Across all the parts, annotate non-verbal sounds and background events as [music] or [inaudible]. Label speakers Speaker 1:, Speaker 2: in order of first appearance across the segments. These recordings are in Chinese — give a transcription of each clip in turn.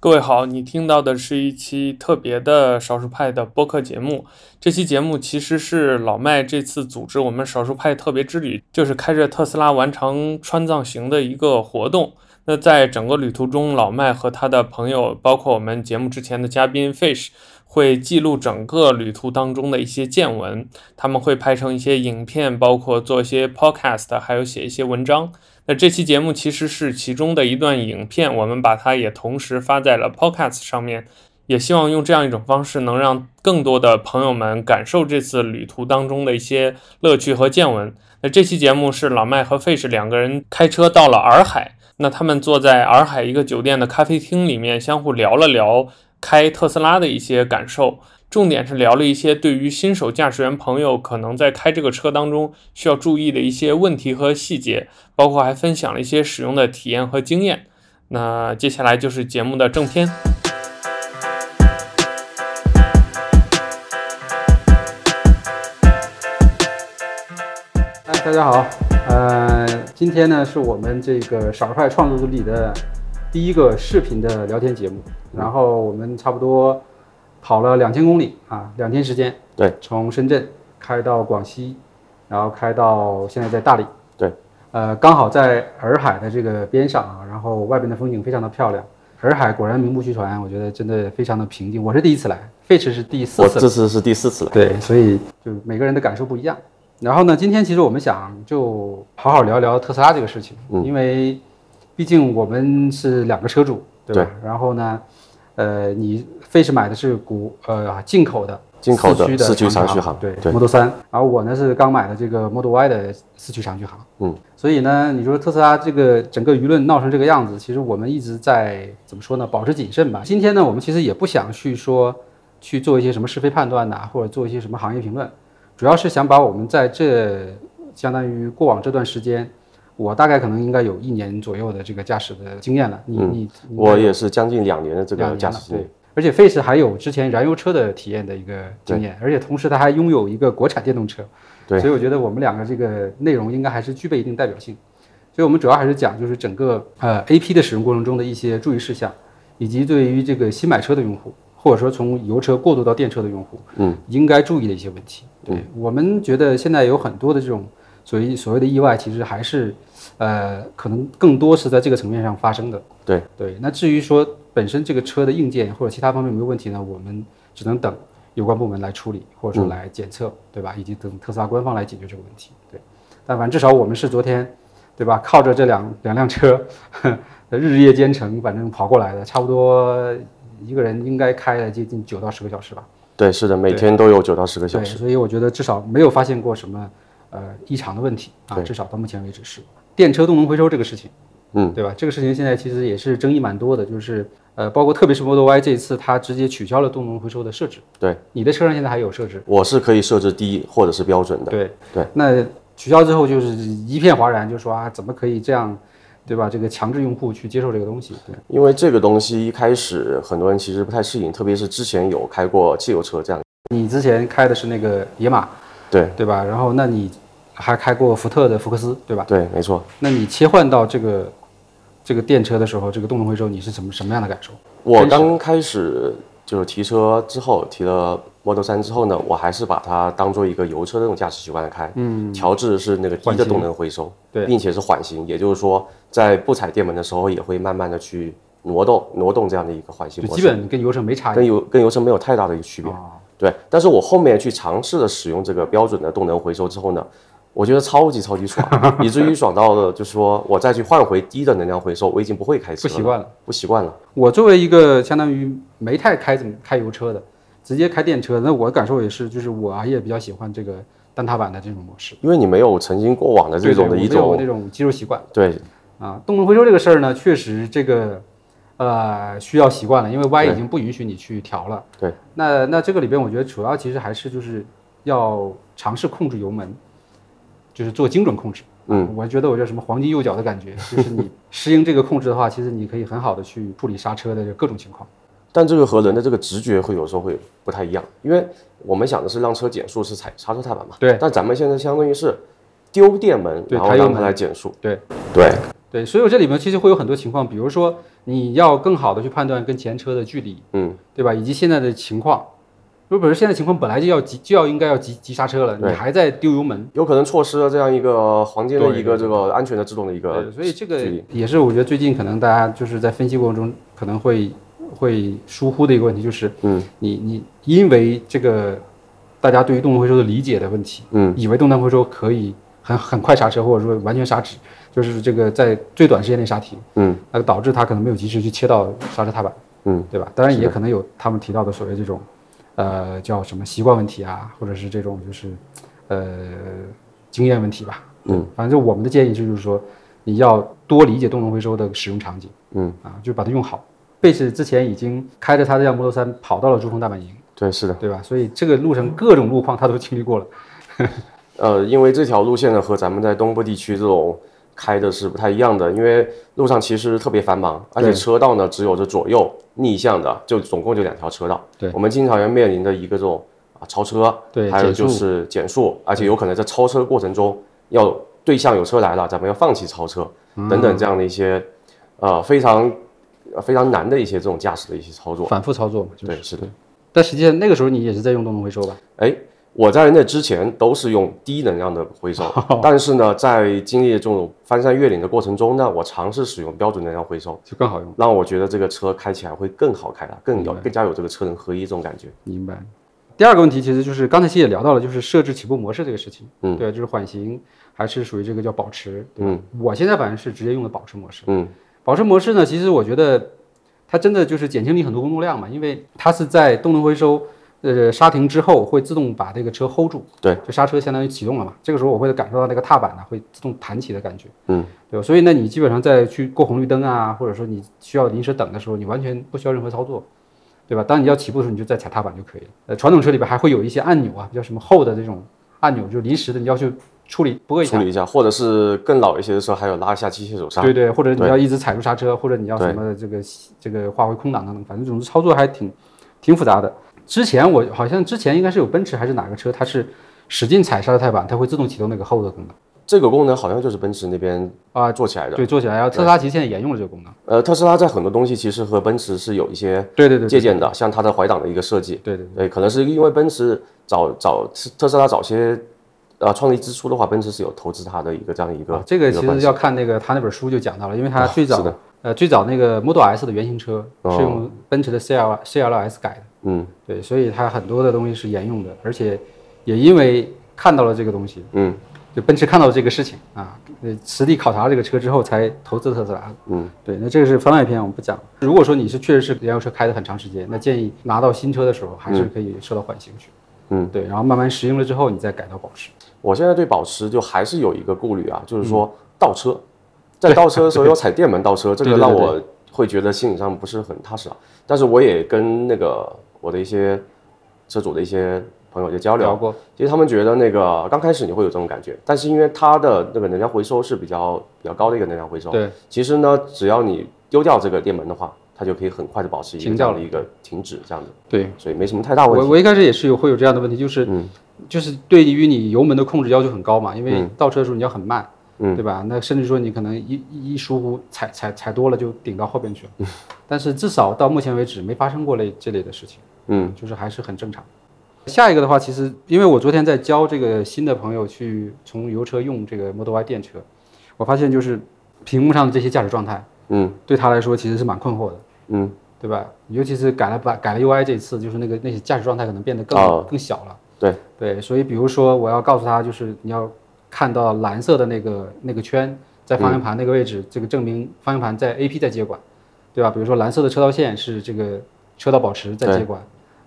Speaker 1: 各位好，你听到的是一期特别的少数派的播客节目。这期节目其实是老麦这次组织我们少数派特别之旅，就是开着特斯拉完成川藏行的一个活动。那在整个旅途中，老麦和他的朋友，包括我们节目之前的嘉宾 Fish，会记录整个旅途当中的一些见闻。他们会拍成一些影片，包括做一些 podcast，还有写一些文章。那这期节目其实是其中的一段影片，我们把它也同时发在了 Podcast 上面，也希望用这样一种方式，能让更多的朋友们感受这次旅途当中的一些乐趣和见闻。那这期节目是老麦和 Fish 两个人开车到了洱海，那他们坐在洱海一个酒店的咖啡厅里面，相互聊了聊开特斯拉的一些感受。重点是聊了一些对于新手驾驶员朋友可能在开这个车当中需要注意的一些问题和细节，包括还分享了一些使用的体验和经验。那接下来就是节目的正片。
Speaker 2: 哎，大家好，呃，今天呢是我们这个少数派创作组里的第一个视频的聊天节目，
Speaker 3: 嗯
Speaker 2: 然后我们差不多跑了两千公里啊，两天时间，
Speaker 3: 对，
Speaker 2: 从深圳开到广西，然后开到现在在大理，
Speaker 3: 对，
Speaker 2: 呃，刚好在洱海的这个边上啊，然后外边的风景非常的漂亮，洱海果然名不虚传，我觉得真的非常的平静，我是第一次来，费驰是第四
Speaker 3: 我
Speaker 2: 次来
Speaker 3: 这次是第四次了。
Speaker 2: 对，所以就每个人的感受不一样。然后呢，今天其实我们想就好好聊聊特斯拉这个事情，
Speaker 3: 嗯
Speaker 2: 因为毕竟我们是两个车主，对吧？然后呢，呃，你 Fish 买的是股呃进口的
Speaker 3: 进口的
Speaker 2: 四驱的
Speaker 3: 四驱
Speaker 2: 长
Speaker 3: 长续航
Speaker 2: 对
Speaker 3: 对
Speaker 2: Model 三，然后我呢是刚买的这个 Model Y 的四驱长续航，
Speaker 3: 嗯，
Speaker 2: 所以呢，你说特斯拉这个整个舆论闹成这个样子，其实我们一直在怎么说呢，保持谨慎吧。今天呢，我们其实也不想去说去做一些什么是非判断呐、或者做一些什么行业评论，主要是想把我们在这相当于过往这段时间。我大概可能应该有一年左右的这个驾驶的经验了，你、你你
Speaker 3: 我也是将近两年的
Speaker 2: 嗯
Speaker 3: 这
Speaker 2: 两
Speaker 3: 个
Speaker 2: 年
Speaker 3: 驾
Speaker 2: 了
Speaker 3: 驶经
Speaker 2: 对
Speaker 3: 验，，
Speaker 2: 而且 Face 还有之前燃油车的体验的一个经验，而且同时它还拥有一个国产电动车，
Speaker 3: 对
Speaker 2: 所以我觉得我们两个这个内容应该还是具备一定代表性，所以我们主要还是讲就是整个呃 AP 的使用过程中的一些注意事项，以及对于这个新买车的用户，或者说从油车过渡到电车的用户，嗯，应该注意的一些问题。对、
Speaker 3: 嗯
Speaker 2: 我们觉得现在有很多的这种所谓所谓的意外，其实还是呃可能更多是在这个层面上发生的。
Speaker 3: 对
Speaker 2: 对，那至于说本身这个车的硬件或者其他方面有没有问题呢，我们只能等有关部门来处理，或者说来检测，对吧？以及等特斯拉官方来解决这个问题。对，但反正至少我们是昨天，对吧？靠着这两两辆车， [laughs] 日夜兼程，反正跑过来的，差不多一个人应该开了接近九到十个小时吧。
Speaker 3: 对，是的，每天都有九到十个小
Speaker 2: 对，
Speaker 3: 时。
Speaker 2: 所以我觉得至少没有发现过什么呃异常的问题啊，
Speaker 3: 对
Speaker 2: 至少到目前为止是。电车动能回收这个事情，
Speaker 3: 嗯，
Speaker 2: 对吧？这个事情现在其实也是争议蛮多的，就是呃，包括特别是 Model Y 这一次，它直接取消了动能回收的设置。
Speaker 3: 对，
Speaker 2: 你的车上现在还有设置？
Speaker 3: 我是可以设置低或者是标准的。
Speaker 2: 对
Speaker 3: 对，
Speaker 2: 那取消之后就是一片哗然，就说啊，怎么可以这样，对吧？这个强制用户去接受这个东西，对
Speaker 3: 因为这个东西一开始很多人其实不太适应，特别是之前有开过汽油车这样。
Speaker 2: 你之前开的是那个野马，
Speaker 3: 对
Speaker 2: 对吧？然后那你还开过福特的福克斯，对吧？
Speaker 3: 对，没错。
Speaker 2: 那你切换到这个这个电车的时候，这个动能回收，你是什么什么样的感受？
Speaker 3: 我刚开始就是提车之后，提了 Model 3之后呢，我还是把它当做一个油车那种驾驶习惯来开。嗯，调制是那个低的动能回收，
Speaker 2: 对
Speaker 3: 并且是缓行，也就是说在不踩电门的时候，也会慢慢的去挪动挪动这样的一个缓行
Speaker 2: 就
Speaker 3: 模
Speaker 2: 基
Speaker 3: 式。
Speaker 2: 本跟油车没差异。哦
Speaker 3: 跟油跟油车没有太大的一个区别。对，但是我后面去尝试了使用这个标准的动能回收之后呢，我觉得超级超级爽， [laughs] 以至于爽到了就是说我再去换回低的能量回收，我已经不会开车
Speaker 2: 不
Speaker 3: 了，
Speaker 2: 习惯了。
Speaker 3: 不习惯了。
Speaker 2: 我作为一个相当于没太开怎么开油车的，直接开电车，那我的感受也是，就是我啊也比较喜欢这个单踏板的这种模式，
Speaker 3: 因为你没有曾经过往的这
Speaker 2: 对对
Speaker 3: 种
Speaker 2: 我
Speaker 3: 的
Speaker 2: 没
Speaker 3: 一
Speaker 2: 有
Speaker 3: 种
Speaker 2: 那种肌肉习惯
Speaker 3: 对
Speaker 2: 啊。动能回收这个事儿呢，确实这个呃需要习惯了，因为 Y 已
Speaker 3: 对
Speaker 2: 经不允许你去调了。
Speaker 3: 对，
Speaker 2: 那那这个里边，我觉得主要其实还是就是要尝试控制油门，就是做精准控制。啊
Speaker 3: 嗯，
Speaker 2: 我觉得我叫什么黄金右脚的感觉，就是你 [laughs] 适应这个控制的话，其实你可以很好的去处理刹车的各种情况。
Speaker 3: 但这个和人的这个直觉会有时候会不太一样，因为我们想的是让车减速是踩刹车踏板嘛，
Speaker 2: 对
Speaker 3: 但咱们现在相当于是丢电门，
Speaker 2: 对
Speaker 3: 然后
Speaker 2: 抬油
Speaker 3: 让它
Speaker 2: 门
Speaker 3: 来减速，
Speaker 2: 对，
Speaker 3: 对，
Speaker 2: 对，所以这里面其实会有很多情况，比如说你要更好的去判断跟前车的距离，
Speaker 3: 嗯，
Speaker 2: 对吧？以及现在的情况，如果说现在情况本来就要急就要应该要急急刹车了，你
Speaker 3: 对
Speaker 2: 还在丢油门，
Speaker 3: 有可能错失了这样一个黄金的
Speaker 2: 嗯对
Speaker 3: 一个这个安全的制动的一个
Speaker 2: 对，所以这个
Speaker 3: 距离
Speaker 2: 也是我觉得最近可能大家就是在分析过程中可能会会疏忽的一个问题，就是
Speaker 3: 嗯
Speaker 2: 你你因为这个大家对于动能回收的理解的问题，
Speaker 3: 嗯，
Speaker 2: 以为动能回收可以很很快刹车，或者说完全刹止，就是这个在最短时间内刹停，
Speaker 3: 嗯，
Speaker 2: 那导致它可能没有及时去切到刹车踏板，
Speaker 3: 嗯，
Speaker 2: 对吧？当然
Speaker 3: 是
Speaker 2: 也
Speaker 3: 的
Speaker 2: 可能有他们提到的所谓这种，呃，叫什么习惯问题啊，或者是这种就是，呃，经验问题吧，
Speaker 3: 嗯，
Speaker 2: 反正我们的建议就是说，你要多理解动能回收的使用场景，
Speaker 3: 嗯
Speaker 2: 啊，就把它用好。贝斯之前已经开着他这辆摩托三跑到了珠峰大本营，
Speaker 3: 对，是的。
Speaker 2: 对吧？所以这个路程各种路况他都经历过了。
Speaker 3: 呃，因为这条路线呢和咱们在东部地区这种开的是不太一样的，因为路上其实特别繁忙，而且
Speaker 2: 对
Speaker 3: 车道呢只有这左右逆向的，就总共就两条车道。
Speaker 2: 对
Speaker 3: 我们经常要面临的一个这种啊超车，
Speaker 2: 对
Speaker 3: 还有
Speaker 2: 减速
Speaker 3: 就是减速，而且有可能在超车过程中要对向有车来了，咱们要放弃超车、
Speaker 2: 嗯
Speaker 3: 等等这样的一些呃非常呃非常难的一些这种驾驶的一些操作。
Speaker 2: 反复操作嘛，就是。
Speaker 3: 对，是的。
Speaker 2: 但实际上那个时候你也是在用动能回收吧？
Speaker 3: 哎，我在那之前都是用低能量的回
Speaker 2: [laughs]
Speaker 3: 收，但是呢，在经历这种翻山越岭的过程中呢，我尝试使用标准能量回收，
Speaker 2: 就更好用。
Speaker 3: 让我觉得这个车开起来会更好开了，更有更加有这个车人合一这种感觉。
Speaker 2: 明白。第二个问题其实就是刚才其实也聊到了，就是设置起步模式这个事情，
Speaker 3: 嗯
Speaker 2: 对，就是缓行还是属于这个叫保持，对吧
Speaker 3: 嗯
Speaker 2: 我现在反正是直接用的保持模式。
Speaker 3: 嗯
Speaker 2: 保持模式呢，其实我觉得它真的就是减轻你很多工作量嘛，因为它是在动能回收，呃，刹停之后会自动把这个车 hold 住，
Speaker 3: 对，
Speaker 2: 就刹车相当于启动了嘛。这个时候我会感受到那个踏板呢会自动弹起的感觉，
Speaker 3: 嗯，
Speaker 2: 对吧？所以呢，你基本上在去过红绿灯啊，或者说你需要临时等的时候，你完全不需要任何操作，对吧？当你要起步的时候，你就再踩踏板就可以了。呃，传统车里边还会有一些按钮啊，叫什么 hold 的这种按钮，就临时的你要去处理拨一下
Speaker 3: 处，理一下，或者是更老一些的时候，还有拉一下机械手刹。
Speaker 2: 对对，或者你
Speaker 3: 对
Speaker 2: 要一直踩住刹车，或者你要什么这个这个化为空档等等，反正总之操作还挺挺复杂的。之前我好像之前应该是有奔驰还是哪个车，它是使劲踩刹车踏板，它会自动启动那个 hold 功能
Speaker 3: 这个功能好像就是奔驰那边
Speaker 2: 啊。
Speaker 3: 做起来的。
Speaker 2: 对，做起来，然后特斯拉其实现在沿用了这个功能。
Speaker 3: 呃，特斯拉在很多东西其实和奔驰是有一些
Speaker 2: 对对对，
Speaker 3: 借鉴的，像它的怀挡的一个设计，
Speaker 2: 对对
Speaker 3: 对，可能是因为奔驰早早特斯拉早些，呃，创立之初的话，奔驰是有投资它的一个这样一
Speaker 2: 对，
Speaker 3: 个、
Speaker 2: 啊这个其
Speaker 3: 一关
Speaker 2: 实
Speaker 3: 系
Speaker 2: 要看那个他那本书就讲到了，因为他
Speaker 3: 啊
Speaker 2: 最
Speaker 3: 是
Speaker 2: 早
Speaker 3: 的
Speaker 2: 呃最早那个 Model S 的原型车
Speaker 3: 哦
Speaker 2: 是用奔驰的 CL CLS 改的。
Speaker 3: 嗯
Speaker 2: 对，所以它很多的东西是沿用的，而且也因为看到了这个东西，
Speaker 3: 嗯，
Speaker 2: 就奔驰看到这个事情啊，呃，实地考察这个车之后才投资特斯拉。
Speaker 3: 嗯，
Speaker 2: 对，那这个是番外篇，我们不讲。如果说你是确实是燃油车开的很长时间，那建议拿到新车的时候还是可以设到缓刑去。
Speaker 3: 嗯，
Speaker 2: 对，然后慢慢实用了之后，你再改到保持。
Speaker 3: 我现在对保持就还是有一个顾虑啊，就是说倒车，在倒车的时候要踩电门倒车，这
Speaker 2: 对
Speaker 3: 个
Speaker 2: 对
Speaker 3: 让
Speaker 2: 对
Speaker 3: 我会觉得心理上不是很踏实啊。但是我也跟那个我的一些车主的一些朋友就交流
Speaker 2: 聊，过，
Speaker 3: 其实他们觉得那个刚开始你会有这种感觉，但是因为它的那个能量回收是比较比较高的一个能量回收，
Speaker 2: 对，
Speaker 3: 其实呢，只要你丢掉这个电门的话，它就可以很快的保持一个
Speaker 2: 停
Speaker 3: 这
Speaker 2: 掉
Speaker 3: 样
Speaker 2: 了
Speaker 3: 的一个停止，这样子，
Speaker 2: 对
Speaker 3: 所以没什么太大问
Speaker 2: 我
Speaker 3: 题。
Speaker 2: 我一开始也是有会有这样的问题，就是、
Speaker 3: 嗯
Speaker 2: 就是对于你油门的控制要求很高嘛，因为
Speaker 3: 嗯
Speaker 2: 倒车的时候你要很慢，
Speaker 3: 嗯
Speaker 2: 对吧？那甚至说你可能一一一疏忽踩踩踩多了就顶到后边去了，
Speaker 3: 嗯
Speaker 2: 但是至少到目前为止没发生过类这类的事情，
Speaker 3: 嗯
Speaker 2: 就是还是很正常。下一个的话，其实因为我昨天在教这个新的朋友去从油车用这个 Model Y 电车，我发现就是屏幕上的这些驾驶状态
Speaker 3: 嗯
Speaker 2: 对他来说其实是蛮困惑的。
Speaker 3: 嗯，
Speaker 2: 对吧？尤其是改了把改了 UI 这一次，就是那个那些驾驶状态可能变得更、
Speaker 3: 啊
Speaker 2: 更小了。
Speaker 3: 对
Speaker 2: 对，所以比如说我要告诉他，就是你要看到蓝色的那个那个圈在方向盘那个位置，这个证明方向盘在 AP 在接管，对吧？比如说蓝色的车道线是这个车道保持在接管，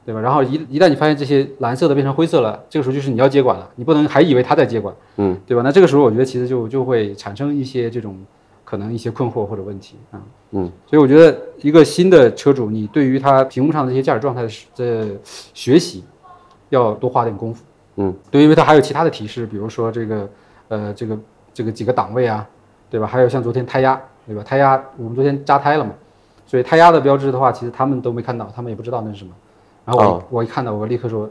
Speaker 2: 对吧？然后一一旦你发现这些蓝色的变成灰色了，这个时候就是你要接管了，你不能还以为他在接管，
Speaker 3: 嗯，
Speaker 2: 对吧？那这个时候我觉得其实就就会产生一些这种可能一些困惑或者问题啊。
Speaker 3: 嗯
Speaker 2: 所以我觉得一个新的车主，你对于他屏幕上的这些驾驶状态的是的学习，要多花点功夫。
Speaker 3: 嗯，
Speaker 2: 对，因为它还有其他的提示，比如说这个呃这个这个几个档位啊，对吧？还有像昨天胎压，对吧？胎压我们昨天扎胎了嘛，所以胎压的标志的话，其实他们都没看到，他们也不知道那是什么。然后我一、
Speaker 3: 哦
Speaker 2: 我一看到，我立刻说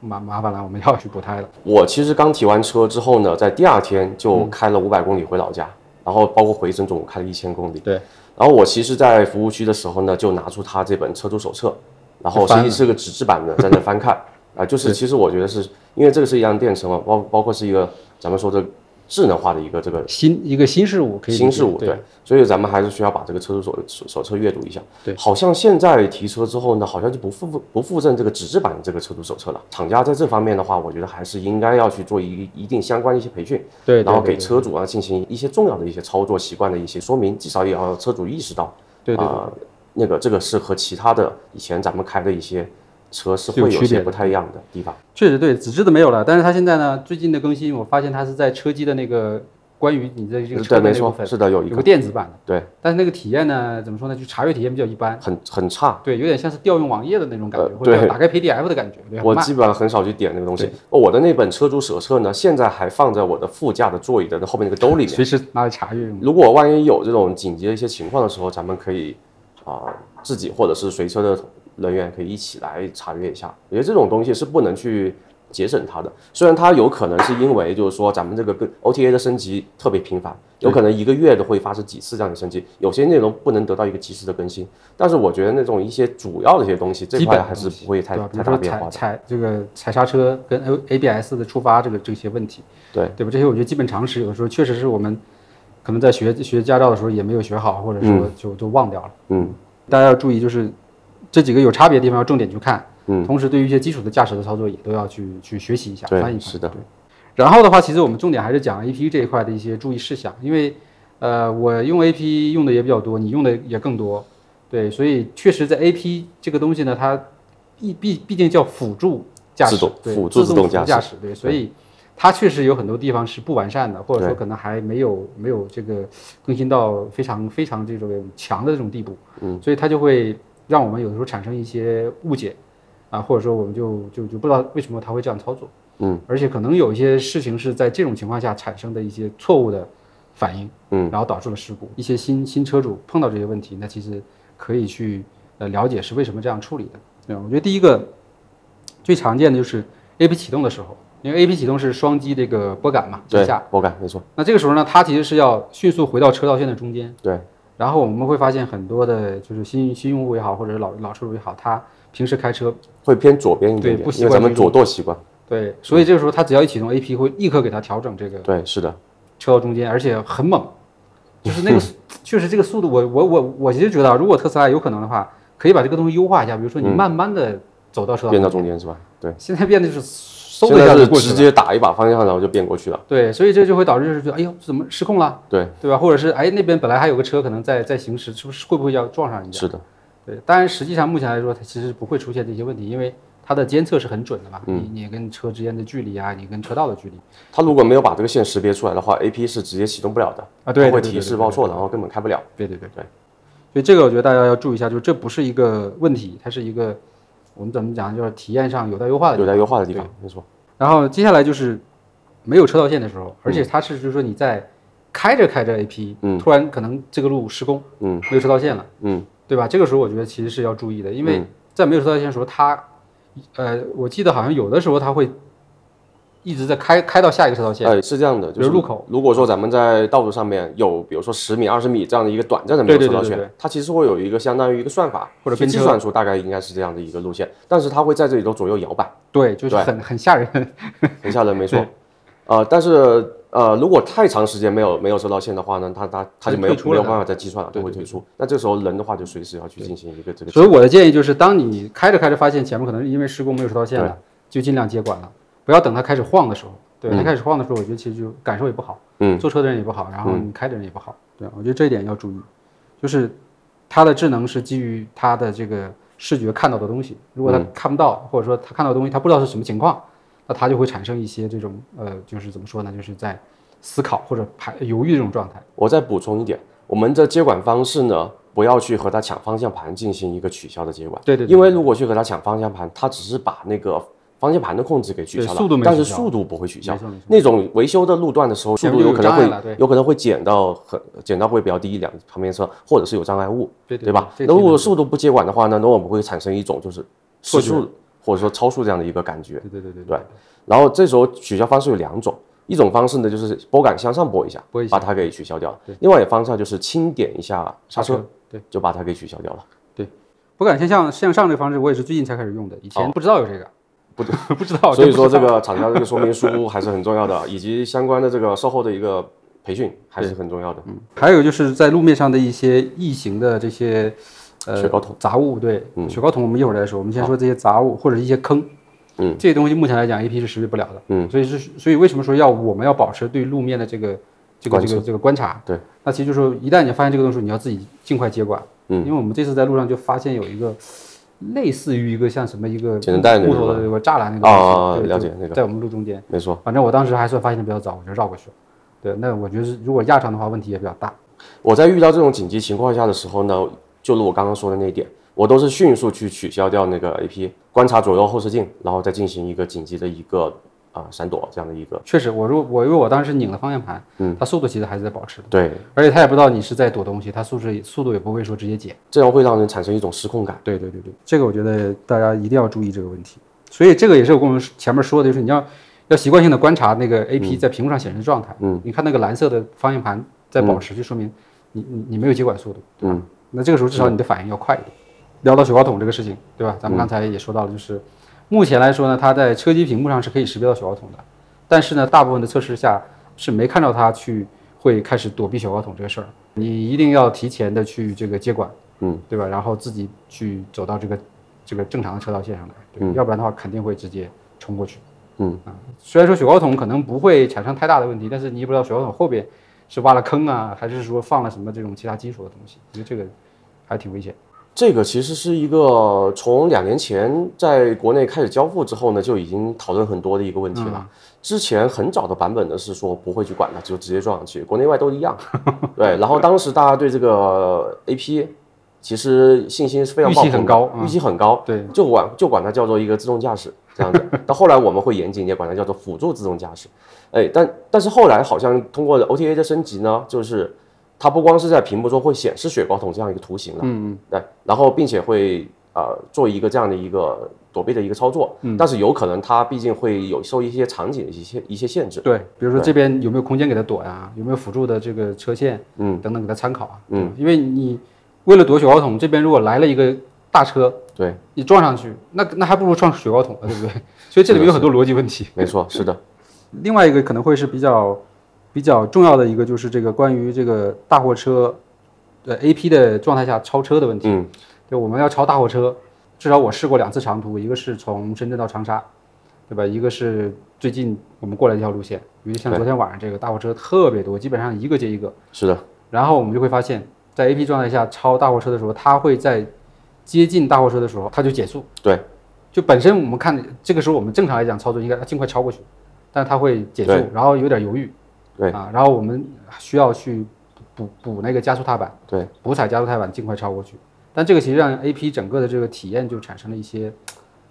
Speaker 2: 麻麻烦了，我们要去补胎了。
Speaker 3: 我其实刚提完车之后呢，在第二天就开了五百公里回老家，然后包括回程总共开了一千公里。
Speaker 2: 对。
Speaker 3: 然后我其实，在服务区的时候呢，就拿出他这本车主手册，然后
Speaker 2: 翻
Speaker 3: 实际是个纸质版的，在那翻看啊，就是其实我觉得是因为这个是一辆电车嘛，包包括是一个咱们说这个智能化的一个这个
Speaker 2: 新一个新事物可以理解
Speaker 3: 新事物，
Speaker 2: 对
Speaker 3: 对，所以咱们还是需要把这个车主手手手册阅读一下。
Speaker 2: 对
Speaker 3: 好像现在提车之后呢，好像就不附不附赠这个纸质版这个车主手册了。厂家在这方面的话，我觉得还是应该要去做一一定相关的一些培训，
Speaker 2: 对，
Speaker 3: 然后给
Speaker 2: 对
Speaker 3: 车主啊进行一些重要的一些操作习惯的一些说明，至少也要让车主意识到，
Speaker 2: 对对
Speaker 3: 啊那个这个是和其他的以前咱们开的一些车是
Speaker 2: 是有
Speaker 3: 会有
Speaker 2: 区
Speaker 3: 些
Speaker 2: 别
Speaker 3: 不太一样的地方。
Speaker 2: 确实对，纸质的没有了，但是它现在呢，最近的更新，我发现它是在车机的那个关于你的这个车
Speaker 3: 对，
Speaker 2: 的
Speaker 3: 没
Speaker 2: 那部
Speaker 3: 错，
Speaker 2: 分
Speaker 3: 是的，有一
Speaker 2: 有
Speaker 3: 个
Speaker 2: 个电子版的，
Speaker 3: 对，
Speaker 2: 但是那个体验呢，怎么说呢，就查阅体验比较一般，
Speaker 3: 很很差。
Speaker 2: 对，有点像是调用网页的那种感觉，
Speaker 3: 呃
Speaker 2: 或者
Speaker 3: 对
Speaker 2: 打开 PDF 的感觉，对，很
Speaker 3: 我
Speaker 2: 慢
Speaker 3: 基本上很少去点那个东西哦
Speaker 2: 对。
Speaker 3: 我的那本车主手册呢，现在还放在我的副驾的座椅的后面那个兜里面。
Speaker 2: 随时拿来查阅用。
Speaker 3: 如果万一有这种紧急的一些情况的时候，咱们可以啊、自己或者是随车的人员可以一起来查阅一下。我觉得这种东西是不能去节省它的，虽然它有可能是因为就是说咱们这个跟 OTA 的升级特别频繁，有可能一个月都会发生几次这样的升级，有些内容不能得到一个及时的更新。但是我觉得那种一些主要的一些东西，这
Speaker 2: 基本
Speaker 3: 块
Speaker 2: 的
Speaker 3: 还是
Speaker 2: 东西
Speaker 3: 不会太
Speaker 2: 对吧？啊比
Speaker 3: 太
Speaker 2: 如
Speaker 3: 大
Speaker 2: 说
Speaker 3: 变
Speaker 2: 踩
Speaker 3: 化的。
Speaker 2: 踩这个踩刹车跟 A A B S 的触发这个这些问题，
Speaker 3: 对
Speaker 2: 对吧？这些我觉得基本常识，有的时候确实是我们可能在学学驾照的时候也没有学好，或者说就都忘掉了。
Speaker 3: 嗯。
Speaker 2: 大家要注意，就是这几个有差别的地方要重点去看。
Speaker 3: 嗯
Speaker 2: 同时对于一些基础的驾驶的操作也都要去去学习一下，
Speaker 3: 对
Speaker 2: 翻译一下。
Speaker 3: 是的
Speaker 2: 对。然后的话，其实我们重点还是讲 A P 这一块的一些注意事项，因为呃，我用 A P 用的也比较多，你用的也更多，对，所以确实在 A P 这个东西呢，它毕毕毕竟叫辅助驾驶
Speaker 3: 自动，
Speaker 2: 对，
Speaker 3: 辅助自动
Speaker 2: 辅
Speaker 3: 驾
Speaker 2: 驾驶，对，所以它确实有很多地方是不完善的，或者说
Speaker 3: 对
Speaker 2: 可能还没有没有这个更新到非常非常这种强的这种地步，嗯，所以它就会让我们有的时候产生一些误解，啊，或者说我们就就就不知道为什么他会这样操作，
Speaker 3: 嗯，
Speaker 2: 而且可能有一些事情是在这种情况下产生的一些错误的反应，
Speaker 3: 嗯，
Speaker 2: 然后导致了事故。一些新新车主碰到这些问题，那其实可以去呃了解是为什么这样处理的，对吧我觉得第一个最常见的就是 A P 启动的时候，因为 A P 启动是双击这个拨杆嘛，
Speaker 3: 对
Speaker 2: 一下，，
Speaker 3: 我感没错，
Speaker 2: 那这个时候呢，它其实是要迅速回到车道线的中间。
Speaker 3: 对。
Speaker 2: 然后我们会发现很多的，就是新新用户也好，或者是老老车主也好，他平时开车，
Speaker 3: 会偏左边一点
Speaker 2: 对
Speaker 3: 点
Speaker 2: 不，习
Speaker 3: 因为
Speaker 2: 惯
Speaker 3: 咱们
Speaker 2: 这
Speaker 3: 左舵习惯。
Speaker 2: 对，所以这个时候他只要一启动 A P，会立刻给他调整这个
Speaker 3: 对，是的，
Speaker 2: 车道中间，而且很猛，就是
Speaker 3: 嗯
Speaker 2: 那个确实这个速度，我我我我其实觉得啊，如果特斯拉有可能的话，可以把这个东西优化一下，比如说你慢慢的走到车道，
Speaker 3: 变到中间是吧？嗯对，
Speaker 2: 现在变得就是嗖
Speaker 3: 现
Speaker 2: 的一下
Speaker 3: 在
Speaker 2: 就是过去
Speaker 3: 直
Speaker 2: 了，
Speaker 3: 接打一把方向，然后就变过去了。
Speaker 2: 对，所以这就会导致就是觉得，哎呦，怎么失控了？
Speaker 3: 对，
Speaker 2: 对吧？或者是哎，那边本来还有个车可能在在行驶，是不是会不会要撞上人家？
Speaker 3: 是的，
Speaker 2: 对，当然实际上目前来说，它其实不会出现这些问题，因为它的监测是很准的嘛。
Speaker 3: 嗯
Speaker 2: 你你跟车之间的距离啊，你跟车道的距离
Speaker 3: 它如果没有把这个线识别出来的话，A P 是直接启动不了的，
Speaker 2: 啊，对，
Speaker 3: 它会
Speaker 2: 对
Speaker 3: 提示报。错，然后根本开不了。
Speaker 2: 对对对
Speaker 3: 对
Speaker 2: 对。所以这个我觉得大家要注意一下，就是这不是一个问题，它是一个我们怎么讲，就是体验上有待优化的地
Speaker 3: 有
Speaker 2: 方。
Speaker 3: 待优化的地方，没错。
Speaker 2: 然后接下来就是没有车道线的时候，而且它是就是说你在开着开着 AP，、
Speaker 3: 嗯
Speaker 2: 突然可能这个路施工，
Speaker 3: 嗯，
Speaker 2: 没有车道线了，
Speaker 3: 嗯，
Speaker 2: 对吧？这个时候我觉得其实是要注意的，因为
Speaker 3: 嗯
Speaker 2: 在没有车道线的时候，它，呃，我记得好像有的时候它会一直在开开到下一个车道线，
Speaker 3: 哎，是这样的，就是
Speaker 2: 比如路口。
Speaker 3: 如果说咱们在道路上面有，比如说十米、二十米这样的一个短暂的没
Speaker 2: 对对
Speaker 3: 有车道
Speaker 2: 对对
Speaker 3: 线，它其实会有一个相当于一个算法，
Speaker 2: 或者
Speaker 3: 去
Speaker 2: 跟
Speaker 3: 计
Speaker 2: 车
Speaker 3: 算出大概应该是这样的一个路线，但是它会在这里头左右摇摆。
Speaker 2: 对，就是
Speaker 3: 对
Speaker 2: 很很吓人。
Speaker 3: 很吓人，没错。呃，但是呃，如果太长时间没有没有收到线的话呢，它它它就没有
Speaker 2: 它就退出
Speaker 3: 没
Speaker 2: 了
Speaker 3: 有办法再计算了，它
Speaker 2: 对
Speaker 3: 会退出。那这时候人的话就随时要去进行一个这个
Speaker 2: 所以我的建议就是，当你开着开着发现前面可能是因为施工没有车道线了，就尽量接管了，不要等它开始晃的时候。对，它开始晃的时候，我觉得其实就感受也不好，
Speaker 3: 嗯
Speaker 2: 坐车的人也不好，然后你开的人也不好。对，我觉得这一点要注意，就是它的智能是基于它的这个视觉看到的东西，如
Speaker 3: 嗯
Speaker 2: 果它看不到，或者说它看到的东西它不知道是什么情况，那它就会产生一些这种呃，就是怎么说呢，就是在思考或者排犹豫这种状态。
Speaker 3: 我再补充一点，我们的接管方式呢，不要去和它抢方向盘进行一个取消的接管。
Speaker 2: 对对对
Speaker 3: 因为如果去和它抢方向盘，它只是把那个方向盘的控制给取消了，
Speaker 2: 对速度没
Speaker 3: 但是
Speaker 2: 取消嗯
Speaker 3: 速度不会取消
Speaker 2: 没错没错。
Speaker 3: 那种维修的路段的时候，速
Speaker 2: 前
Speaker 3: 度
Speaker 2: 面就
Speaker 3: 有
Speaker 2: 有
Speaker 3: 可能
Speaker 2: 障碍了
Speaker 3: 会
Speaker 2: 对
Speaker 3: 有可能会减到很减到会比较低一两旁边车，或者是有障碍物，
Speaker 2: 对对
Speaker 3: 吧？
Speaker 2: 对
Speaker 3: 那如
Speaker 2: 这个
Speaker 3: 果
Speaker 2: 没
Speaker 3: 速度不接管的话呢，那我们会产生一种就是
Speaker 2: 错
Speaker 3: 失
Speaker 2: 觉
Speaker 3: 速或者说超速这样的一个感觉。
Speaker 2: 对对对对
Speaker 3: 然后这时候取消方式有两种，一种方式呢，就是拨杆向上拨一下，
Speaker 2: 拨一下
Speaker 3: 把它给取消掉；另外一种方式啊就是轻点一下刹车，，
Speaker 2: 对，
Speaker 3: 就把它给取消
Speaker 2: [laughs]
Speaker 3: 掉了。
Speaker 2: 拨杆向上向上这个方式，我也是最近才开始用的，以前不知道有这个，
Speaker 3: 不
Speaker 2: 哦 [laughs] 不知道，
Speaker 3: 所以
Speaker 2: 真不
Speaker 3: 说，
Speaker 2: 知
Speaker 3: 这
Speaker 2: 道
Speaker 3: 个厂家这个说明书还是很重要的，以及相关的这个售后的一个培训还是很重要的。
Speaker 2: 还有就是在路面上的一些异形的这些呃
Speaker 3: 雪糕筒
Speaker 2: 杂物，对，
Speaker 3: 嗯
Speaker 2: 雪糕桶我们一会儿再说，我们先说这些杂物或者一些坑，
Speaker 3: 嗯，
Speaker 2: 这些东西目前来讲 A P 是识别不了的，
Speaker 3: 嗯
Speaker 2: 所以是所以为什么说要我们要保持对路面的这个这个
Speaker 3: 观
Speaker 2: 这个这个观察，
Speaker 3: 对，
Speaker 2: 那其实就是说一旦你发现这个东西，你要自己尽快接管，
Speaker 3: 嗯
Speaker 2: 因为我们这次在路上就发现有一个。类似于一个像什么一个
Speaker 3: 简单带那
Speaker 2: 木
Speaker 3: 种
Speaker 2: 头
Speaker 3: 吗
Speaker 2: 的那个栅栏那个东
Speaker 3: 啊
Speaker 2: 西，对
Speaker 3: 了
Speaker 2: 就
Speaker 3: 解那个
Speaker 2: 在我们路中间，
Speaker 3: 没错，
Speaker 2: 反正我当时还算发现的比较早，我就绕过去了。对，那我觉得是如果压长的话，问题也比较大。
Speaker 3: 我在遇到这种紧急情况下的时候呢，就如我刚刚说的那一点，我都是迅速去取消掉那个 AP，观察左右后视镜，然后再进行一个紧急的一个啊、闪躲这样的一个。
Speaker 2: 确实，我如我因为我当时拧了方向盘，嗯，它速度其实还是在保持的，
Speaker 3: 对，
Speaker 2: 而且它也不知道你是在躲东西，它速度速度也不会说直接减。
Speaker 3: 这样会让人产生一种失控感。
Speaker 2: 对对对对，这个我觉得大家一定要注意这个问题。所以这个也是我跟我们前面说的，就是你要要习惯性的观察那个 A P 在屏幕上显示的状态。嗯，你看那个蓝色的方向盘在保持，就说明你你你没有接管速度，对吧？那这个时候至少你的反应要快一点。聊到雪糕筒这个事情，对吧？咱们刚才也说到了，就是、目前来说呢，它在车机屏幕上是可以识别到雪糕筒的，但是呢，大部分的测试下是没看到它去会开始躲避雪糕筒这个事儿。你一定要提前的去这个接管，
Speaker 3: 嗯，
Speaker 2: 对吧？然后自己去走到这个这个正常的车道线上来，对，要不然的话肯定会直接冲过去。
Speaker 3: 嗯
Speaker 2: 啊，虽然说雪糕筒可能不会产生太大的问题，但是你也不知道雪糕筒后边是挖了坑啊，还是说放了什么这种其他金属的东西，我觉得这个还挺危险。
Speaker 3: 这个其实是一个从两年前在国内开始交付之后呢，就已经讨论很多的一个问题了。
Speaker 2: 嗯
Speaker 3: 之前很早的版本呢是说不会去管它，就直接撞上去，国内外都一样。对，然后当时大家对这个 AP 其实信心是非常
Speaker 2: 预期
Speaker 3: 爆棚的
Speaker 2: 很高嗯
Speaker 3: 预期很高，
Speaker 2: 对，
Speaker 3: 就管就管它叫做一个自动驾驶这样子。到后来我们会严谨一点，管它叫做辅助自动驾驶。哎，但但是后来好像通过 OTA 的升级呢，就是它不光是在屏幕中会显示雪糕筒这样一个图形了，嗯嗯，对，然后并且会呃做一个这样的一个躲避的一个操作，嗯，但是有可能它毕竟会有受一些场景的一些一些限制，
Speaker 2: 对，比如说这边有没有空间给它躲呀、有没有辅助的这个车线，
Speaker 3: 嗯，
Speaker 2: 等等给它参考啊，嗯，因为你为了躲雪糕筒，这边如果来了一个大车，
Speaker 3: 对，
Speaker 2: 你撞上去，那那还不如撞雪糕筒呢，对不 [laughs] 对？所以这里面有很多逻辑问
Speaker 3: [laughs]
Speaker 2: 题。
Speaker 3: 没错，是的，
Speaker 2: 另外一个可能会是比较比较重要的一个，就是这个关于这个大货车，呃 A P 的状态下超车的问题。
Speaker 3: 嗯，
Speaker 2: 对，我们要超大货车，至少我试过两次长途，一个是从深圳到长沙，对吧？一个是最近我们过来一条路线，因为像昨天晚上这个大货车特别多，基本上一个接一个。
Speaker 3: 是的，
Speaker 2: 然后我们就会发现，在 A P 状态下超大货车的时候，它会在接近大货车的时候，它就减速。
Speaker 3: 对，
Speaker 2: 就本身我们看这个时候，我们正常来讲操作应该尽快超过去，但它会减速
Speaker 3: 对，
Speaker 2: 然后有点犹豫。
Speaker 3: 对
Speaker 2: 啊，然后我们需要去补补那个加速踏板，
Speaker 3: 对，
Speaker 2: 补踩加速踏板，尽快超过去。但这个其实让 A P 整个的这个体验就产生了一些，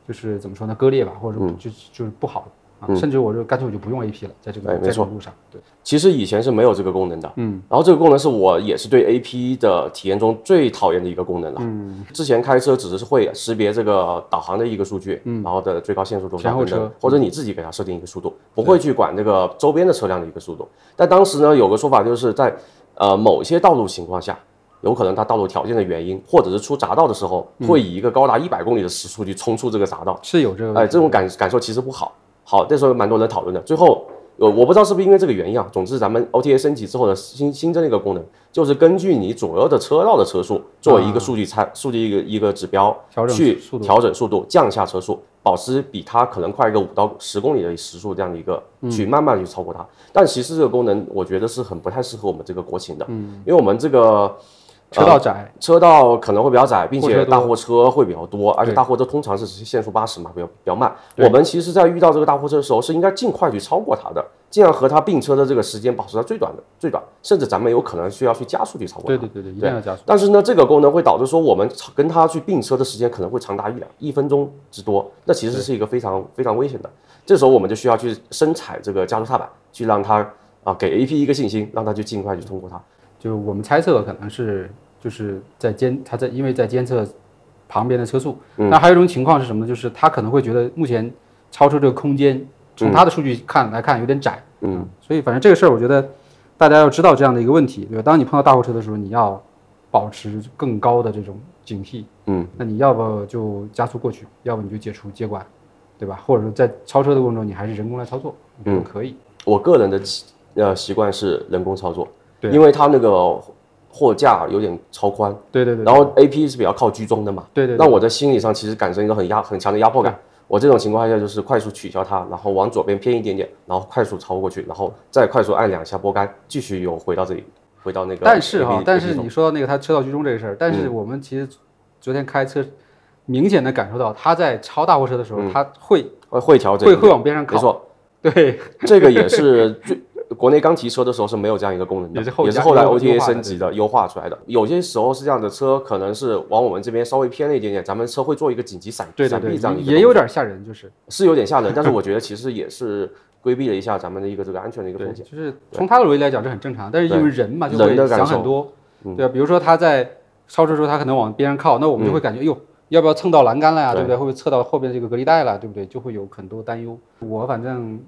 Speaker 2: 就是怎么说呢，割裂吧，或者
Speaker 3: 嗯
Speaker 2: 说就、就是不好啊，甚至我就干脆我就不用 A P 了，在这个
Speaker 3: 哎没
Speaker 2: 在这
Speaker 3: 错
Speaker 2: 个路上，对。
Speaker 3: 其实以前是没有这个功能的，嗯，然后这个功能是我也是对 A P 的体验中最讨厌的一个功能了，嗯，之前开车只是会识别这个导航的一个数据，嗯，然后的最高限速多
Speaker 2: 前
Speaker 3: 少
Speaker 2: 后
Speaker 3: 等
Speaker 2: 车
Speaker 3: 等，或者你自己给它设定一个速度，不会去管这个周边的车辆的一个速度。但当时呢，有个说法就是在呃某些道路情况下。有可能它道路条件的原因，或者是出匝道的时候，会以一个高达一百公里的时速去冲出这个匝道，
Speaker 2: 是有这个问题，
Speaker 3: 哎，这种感感受其实不好。好，那时候蛮多人讨论的。最后，我我不知道是不是因为这个原因啊，总之咱们 OTA 升级之后呢，新新增了一个功能，就是根据你左右的车道的车速作为一个数据参、数据一个一个指标，
Speaker 2: 啊调整
Speaker 3: 去
Speaker 2: 速度
Speaker 3: 调整速度，降下车速，保持比它可能快个五到十公里的时速这样的一个，
Speaker 2: 嗯
Speaker 3: 去慢慢地去超过它。但其实这个功能我觉得是很不太适合我们这个国情的，嗯、因为我们这个。
Speaker 2: 车
Speaker 3: 呃
Speaker 2: 道窄，
Speaker 3: 车道可能会比较窄，并
Speaker 2: 货车
Speaker 3: 且
Speaker 2: 多
Speaker 3: 大货车会比较多，而且
Speaker 2: 对
Speaker 3: 大货车通常是限速八十嘛，比较比较慢。我们其实，在遇到这个大货车的时候，是应该尽快去超过它的，尽量和它并车的这个时间保持到最短的最短，甚至咱们有可能需要去加速去超过它。
Speaker 2: 对对对对，一定要加速。
Speaker 3: 但是呢，这个功能会导致说我们跟它去并车的时间可能会长达一两一分钟之多，那其实是一个非常非常危险的。这时候我们就需要去深踩这个加速踏板，去让它啊给 A P 一个信心，让它去尽快去通过它。
Speaker 2: 就我们猜测可能是就是在监他在因为在监测旁边的车速，
Speaker 3: 嗯
Speaker 2: 那、还有一种情况是什么呢？就是他可能会觉得目前超车这个空间从他的数据看来看有点窄，
Speaker 3: 嗯，
Speaker 2: 所以反正这个事儿，我觉得大家要知道这样的一个问题，对吧？当你碰到大货车的时候，你要保持更高的这种警惕。
Speaker 3: 嗯，
Speaker 2: 那你要不就加速过去，要不你就解除接管，对吧？或者说在超车的过程中，你还是人工来操作，都
Speaker 3: 嗯
Speaker 2: 可以。
Speaker 3: 我个人的习呃习惯是人工操作，
Speaker 2: 对
Speaker 3: 因为它那个货架有点超宽，
Speaker 2: 对对对，
Speaker 3: 然后 A P 是比较靠居中的嘛，
Speaker 2: 对对对嗯
Speaker 3: 那我在心理上其实感受一个很压很强的压迫感。我这种情况下就是快速取消它，然后往左边偏一点点，然后快速超过去，然后再快速按两下拨杆，继续有回到这里，回到那个 APP。
Speaker 2: 但是哈
Speaker 3: APP，
Speaker 2: 但是
Speaker 3: 中
Speaker 2: 你说到那个他车道居中这个事儿，但是
Speaker 3: 嗯
Speaker 2: 我们其实昨天开车，明显的感受到他在超大货车的时候，
Speaker 3: 嗯
Speaker 2: 他会
Speaker 3: 会会调整一
Speaker 2: 会
Speaker 3: 点，
Speaker 2: 会往边上
Speaker 3: 没
Speaker 2: 靠，
Speaker 3: 错，
Speaker 2: 对，
Speaker 3: 这个也是最国内刚提车的时候是没有这样一个功能的，
Speaker 2: 也是后
Speaker 3: 也是
Speaker 2: 加
Speaker 3: 后来
Speaker 2: 优化
Speaker 3: OTA
Speaker 2: 的
Speaker 3: 升级的优化出来的。有些时候是这样的，车可能是往我们这边稍微偏了一点点，咱们车会做一个紧急闪
Speaker 2: 对对
Speaker 3: 闪避这样
Speaker 2: 对，
Speaker 3: 一个
Speaker 2: 也
Speaker 3: 动
Speaker 2: 有
Speaker 3: 作
Speaker 2: 点吓人，就是
Speaker 3: 是有点吓人，但是我觉得其实也是规避了一下咱们的一个这个安全的一个
Speaker 2: 对，
Speaker 3: 风险。
Speaker 2: 就是从他的逻辑来讲这很正常，但是因为人嘛就
Speaker 3: 人
Speaker 2: 会
Speaker 3: 的感
Speaker 2: 想
Speaker 3: 受嗯
Speaker 2: 很多，对吧？比如说他在超车的时候，他可能往边上靠，那我们就会感觉，哎呦，要不要蹭到栏杆了呀？
Speaker 3: 嗯
Speaker 2: 对
Speaker 3: 对
Speaker 2: 不对？会不会侧到后边这个隔离带了？对不对？就会有很多担忧。我反正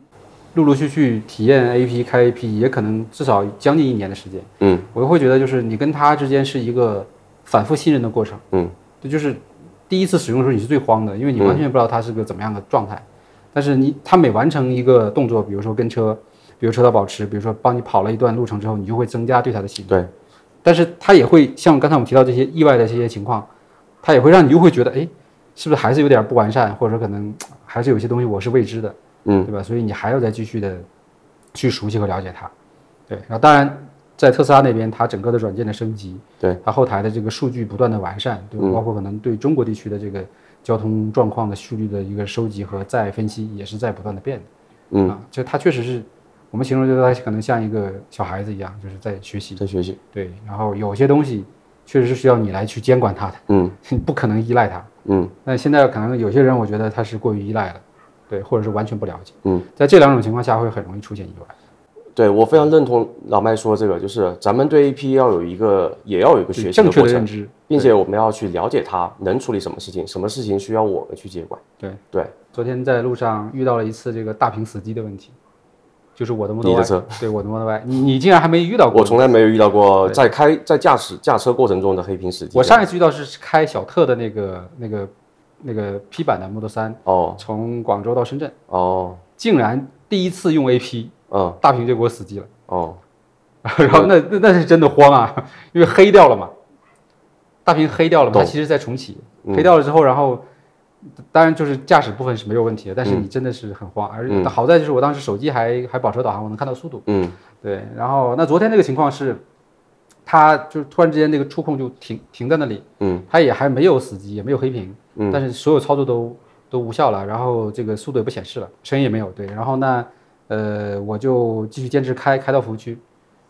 Speaker 2: 陆陆续续体验 A P 开 A P，也可能至少将近一年的时间。
Speaker 3: 嗯，
Speaker 2: 我会觉得就是你跟他之间是一个反复信任的过程。
Speaker 3: 嗯，
Speaker 2: 对，就是第一次使用的时候你是最慌的，因为你完全不知道他是个怎么样的状态。但是你他每完成一个动作，比如说跟车，比如车道保持，比如说帮你跑了一段路程之后，你就会增加对他的信任。
Speaker 3: 对，
Speaker 2: 但是他也会像刚才我们提到这些意外的这些情况，他也会让你又会觉得，哎，是不是还是有点不完善，或者说可能还是有些东西我是未知的，
Speaker 3: 嗯，
Speaker 2: 对吧？所以你还要再继续的去熟悉和了解它。对，
Speaker 3: 嗯
Speaker 2: 然后当然在特斯拉那边，它整个的软件的升级，
Speaker 3: 对，嗯
Speaker 2: 它后台的这个数据不断的完善，对吧，包括可能对中国地区的这个交通状况的数据的一个收集和再分析，也是在不断的变的。
Speaker 3: 嗯
Speaker 2: 啊，就它确实是我们形容就是它可能像一个小孩子一样，就是在学习。
Speaker 3: 在学习，
Speaker 2: 对，然后有些东西确实是需要你来去监管它的，
Speaker 3: 嗯，
Speaker 2: 你 [laughs] 不可能依赖它。
Speaker 3: 嗯，
Speaker 2: 但现在可能有些人，我觉得他是过于依赖了，对，或者是完全不了解。
Speaker 3: 嗯，
Speaker 2: 在这两种情况下会很容易出现意外。
Speaker 3: 对我非常认同老麦说这个，就是咱们对 AP 要有一个也要有一个学习
Speaker 2: 正
Speaker 3: 的
Speaker 2: 确
Speaker 3: 过
Speaker 2: 的
Speaker 3: 程，
Speaker 2: 认知，
Speaker 3: 并且我们要去了解它能处理什么事情，什么事情需要我们去接管。
Speaker 2: 对
Speaker 3: 对，
Speaker 2: 昨天在路上遇到了一次这个大屏死机的问题，就是我的 Model
Speaker 3: 你
Speaker 2: Y，
Speaker 3: 的车
Speaker 2: 对我的 Model Y，你你竟然还没遇到过？
Speaker 3: 我从来没有遇到过在开在驾驶驾车过程中的黑屏时机。
Speaker 2: 我上一次遇到是开小特的那个那个那个 P 版的 Model 三，
Speaker 3: 哦
Speaker 2: 从广州到深圳，
Speaker 3: 哦
Speaker 2: 竟然第一次用 AP，
Speaker 3: 嗯
Speaker 2: 大屏就给我死机了。
Speaker 3: 哦，
Speaker 2: [laughs] 然后那那那是真的慌啊，因为黑掉了嘛，大屏黑掉了嘛，它
Speaker 3: 懂嗯
Speaker 2: 其实在重启，黑掉了之后，然后当然就是驾驶部分是没有问题的，但
Speaker 3: 嗯
Speaker 2: 是你真的是很慌，而且好在就是我当时手机还还保持导航，我能看到速度。
Speaker 3: 嗯
Speaker 2: 对，然后那昨天那个情况是，它就是突然之间那个触控就停停在那里，
Speaker 3: 嗯，
Speaker 2: 它也还没有死机，也没有黑屏，嗯，但是所有操作都都无效了，然后这个速度也不显示了，声音也没有，对，然后那呃我就继续坚持开，开到服务区，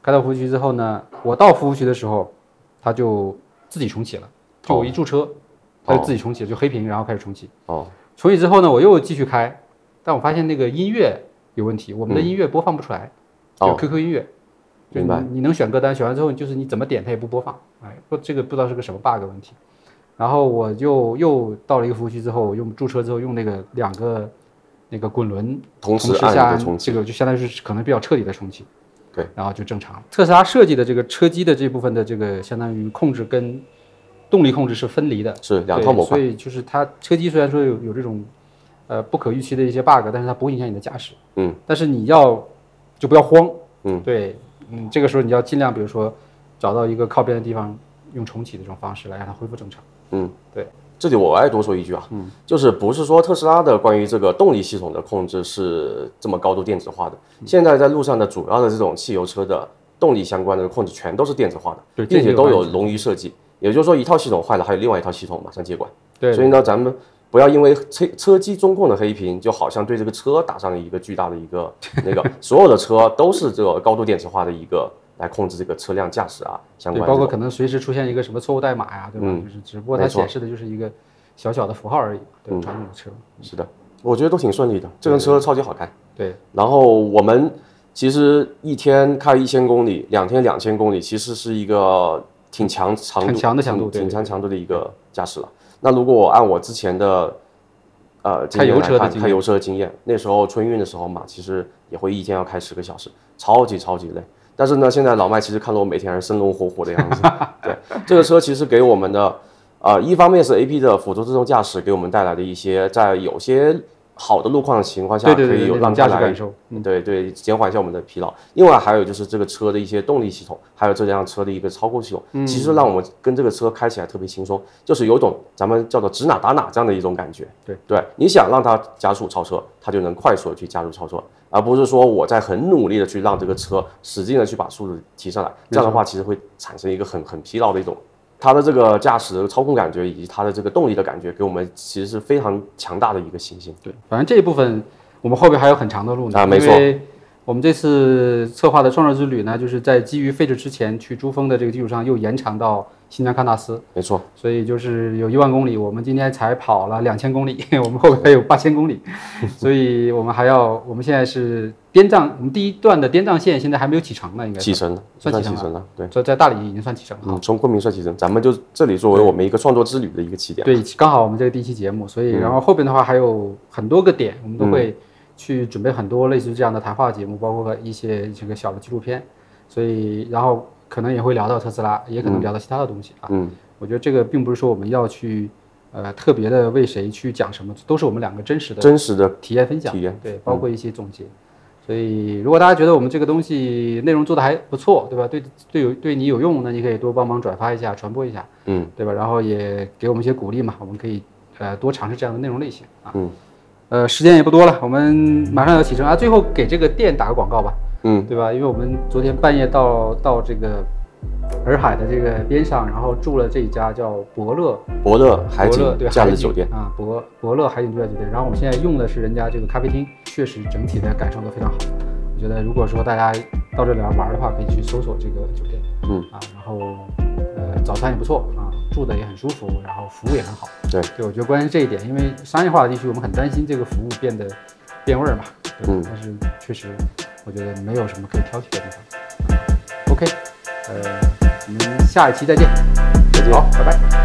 Speaker 2: 开到服务区之后呢，我到服务区的时候，它就自己重启了，就我一驻车，它就自己重启了，就黑屏，然后开始重启，
Speaker 3: 哦
Speaker 2: 重启之后呢，我又继续开，但我发现那个音乐有问题，我们的音乐播放不出来，
Speaker 3: 嗯
Speaker 2: 就 QQ 音乐，就
Speaker 3: 明白
Speaker 2: 你你能选歌单，选完之后就是你怎么点它也不播放，哎，不这个不知道是个什么 bug 问题。然后我就又到了一个服务区之后，我用驻车之后用那个两个那个滚轮
Speaker 3: 同时
Speaker 2: 时
Speaker 3: 按一个
Speaker 2: 下
Speaker 3: 重
Speaker 2: 这个就相当于是可能比较彻底的重启，
Speaker 3: 对，
Speaker 2: 然后就正常了。特斯拉设计的这个车机的这部分的这个相当于控制跟动力控制是分离的，
Speaker 3: 是两
Speaker 2: 对
Speaker 3: 套模
Speaker 2: 所，
Speaker 3: 块
Speaker 2: 以就是它车机虽然说有有这种呃不可预期的一些 bug，但是它不会影响你的驾驶。
Speaker 3: 嗯，
Speaker 2: 但是你要就不要慌。
Speaker 3: 嗯，
Speaker 2: 对，嗯，这个时候你要尽量，比如说找到一个靠边的地方，用重启的这种方式来让它恢复正常。
Speaker 3: 这里我额外多说一句啊，
Speaker 2: 嗯
Speaker 3: 就是不是说特斯拉的关于这个动力系统的控制是这么高度电子化的，
Speaker 2: 嗯
Speaker 3: 现在在路上的主要的这种汽油车的动力相关的控制全都是电子化的，
Speaker 2: 对
Speaker 3: 并
Speaker 2: 这
Speaker 3: 且
Speaker 2: 个
Speaker 3: 都
Speaker 2: 我
Speaker 3: 有冗余设计，也就是说一套系统坏了，还有另外一套系统马上接管。
Speaker 2: 对，
Speaker 3: 所以呢，咱们不要因为车车机中控的黑屏，就好像对这个车打上了一个巨大的一
Speaker 2: [laughs]
Speaker 3: 个那个，所有的车都是这个高度电池化的一个来控制这个车辆驾驶啊相
Speaker 2: 对，
Speaker 3: 关
Speaker 2: 包
Speaker 3: 的这
Speaker 2: 括
Speaker 3: 种。
Speaker 2: 可能随时出现一个什么错误代码呀，对吧？
Speaker 3: 嗯
Speaker 2: 就是只不过它
Speaker 3: 没错嗯
Speaker 2: 显示的就是一个小小的符号而已，对，传统的车。
Speaker 3: 是的，我觉得都挺顺利的，这辆车超级好开。
Speaker 2: 对，
Speaker 3: 然后我们其实一天开一千公里，两天两千公里，其实是一个挺强长度、
Speaker 2: 很强的强度
Speaker 3: 挺
Speaker 2: 对
Speaker 3: 挺强强度的一个驾驶了。那如果我按我之前的呃，
Speaker 2: 开油车的经验
Speaker 3: 开油车的经验。那时候春运的时候嘛，其实也会一天要开十个小时，超级超级累。但是呢，现在老麦其实看到我每天还是生龙活虎的样
Speaker 2: [laughs]
Speaker 3: 子。对，这个车其实给我们的，呃，一方面是 A P 的辅助自动驾驶给我们带来的一些，在有些好的路况的情况下，
Speaker 2: 对对对
Speaker 3: 可以
Speaker 2: 对，
Speaker 3: 有
Speaker 2: 那种
Speaker 3: 让
Speaker 2: 驾驶
Speaker 3: 大家
Speaker 2: 感受，嗯，
Speaker 3: 对对，减缓一下我们的疲劳。另外还有就是这个车的一些动力系统，还有这辆车的一个操控系统，
Speaker 2: 嗯
Speaker 3: 其实让我们跟这个车开起来特别轻松，就是有种咱们叫做指哪打哪这样的一种感觉。
Speaker 2: 对
Speaker 3: 对，你想让它加速超车，它就能快速的去加速超车，而不是说我在很努力的去让这个车使劲的去把速度提上来，这样的话其实会产生一个很很疲劳的一种。它的这个驾驶操控感觉以及它的这个动力的感觉，给我们其实是非常强大的一个信心。
Speaker 2: 对，反正这一部分我们后边还有很长的路呢。
Speaker 3: 啊没错。
Speaker 2: 我们这次策划的创热之旅呢，就是在基于废止之前去珠峰的这个基础上，又延长到新疆喀纳斯，
Speaker 3: 没错，
Speaker 2: 所以就是有一万公里。我们今天才跑了两千公里， [laughs] 我们后边还有八千公
Speaker 3: [laughs]
Speaker 2: 里，所以我们还要，我们现在是滇藏，我们第一段的滇藏线现在还没有启程呢，应该
Speaker 3: 启程了，
Speaker 2: 算
Speaker 3: 算
Speaker 2: 启程
Speaker 3: 启程了，对。
Speaker 2: 在在大理已经算启程了。
Speaker 3: 嗯，从昆明算起程，咱们就这里作为我们一个创作之旅的一个起点。
Speaker 2: 对，刚好我们这个第一期节目，所以
Speaker 3: 嗯
Speaker 2: 然后后边的话还有很多个点，我们都会去准备很多类似于这样的谈话节目，包括一些这个小的纪录片，所以然后可能也会聊到特斯拉，也可能聊到其他的东西啊。
Speaker 3: 嗯，
Speaker 2: 我觉得这个并不是说我们要去呃特别的为谁去讲什么，都是我们两个真实的
Speaker 3: 真实的，
Speaker 2: 体验分享，
Speaker 3: 体验嗯
Speaker 2: 对，包括一些总结。所以，如果大家觉得我们这个东西内容做的还不错，对吧？对对有对你有用，那你可以多帮忙转发一下、传播一下，
Speaker 3: 嗯，
Speaker 2: 对吧？然后也给我们一些鼓励嘛，我们可以呃多尝试这样的内容类型啊。
Speaker 3: 嗯，
Speaker 2: 呃，时间也不多了，我们马上要启程啊。最后给这个店打个广告吧，
Speaker 3: 嗯，
Speaker 2: 对吧？因为我们昨天半夜到到这个洱海的这个边上，然后住了这一家叫伯乐
Speaker 3: 伯乐海
Speaker 2: 伯乐
Speaker 3: 景
Speaker 2: 对
Speaker 3: 假
Speaker 2: 海
Speaker 3: 日
Speaker 2: 景
Speaker 3: 酒店，
Speaker 2: 啊，伯伯乐海景度假酒店。然后我们现在用的是人家这个咖啡厅，确实整体的感受都非常好。我觉得如果说大家到这里来玩的话，可以去搜索这个酒店，
Speaker 3: 嗯
Speaker 2: 啊，然后呃早餐也不错啊，住的也很舒服，然后服务也很好。
Speaker 3: 对，
Speaker 2: 对，我觉得关于这一点，因为商业化的地区，我们很担心这个服务变得变味儿嘛，对吧
Speaker 3: 嗯
Speaker 2: 但是确实，我觉得没有什么可以挑剔的地方。OK，呃，我们下一期再见，
Speaker 3: 再见
Speaker 2: 好，拜拜。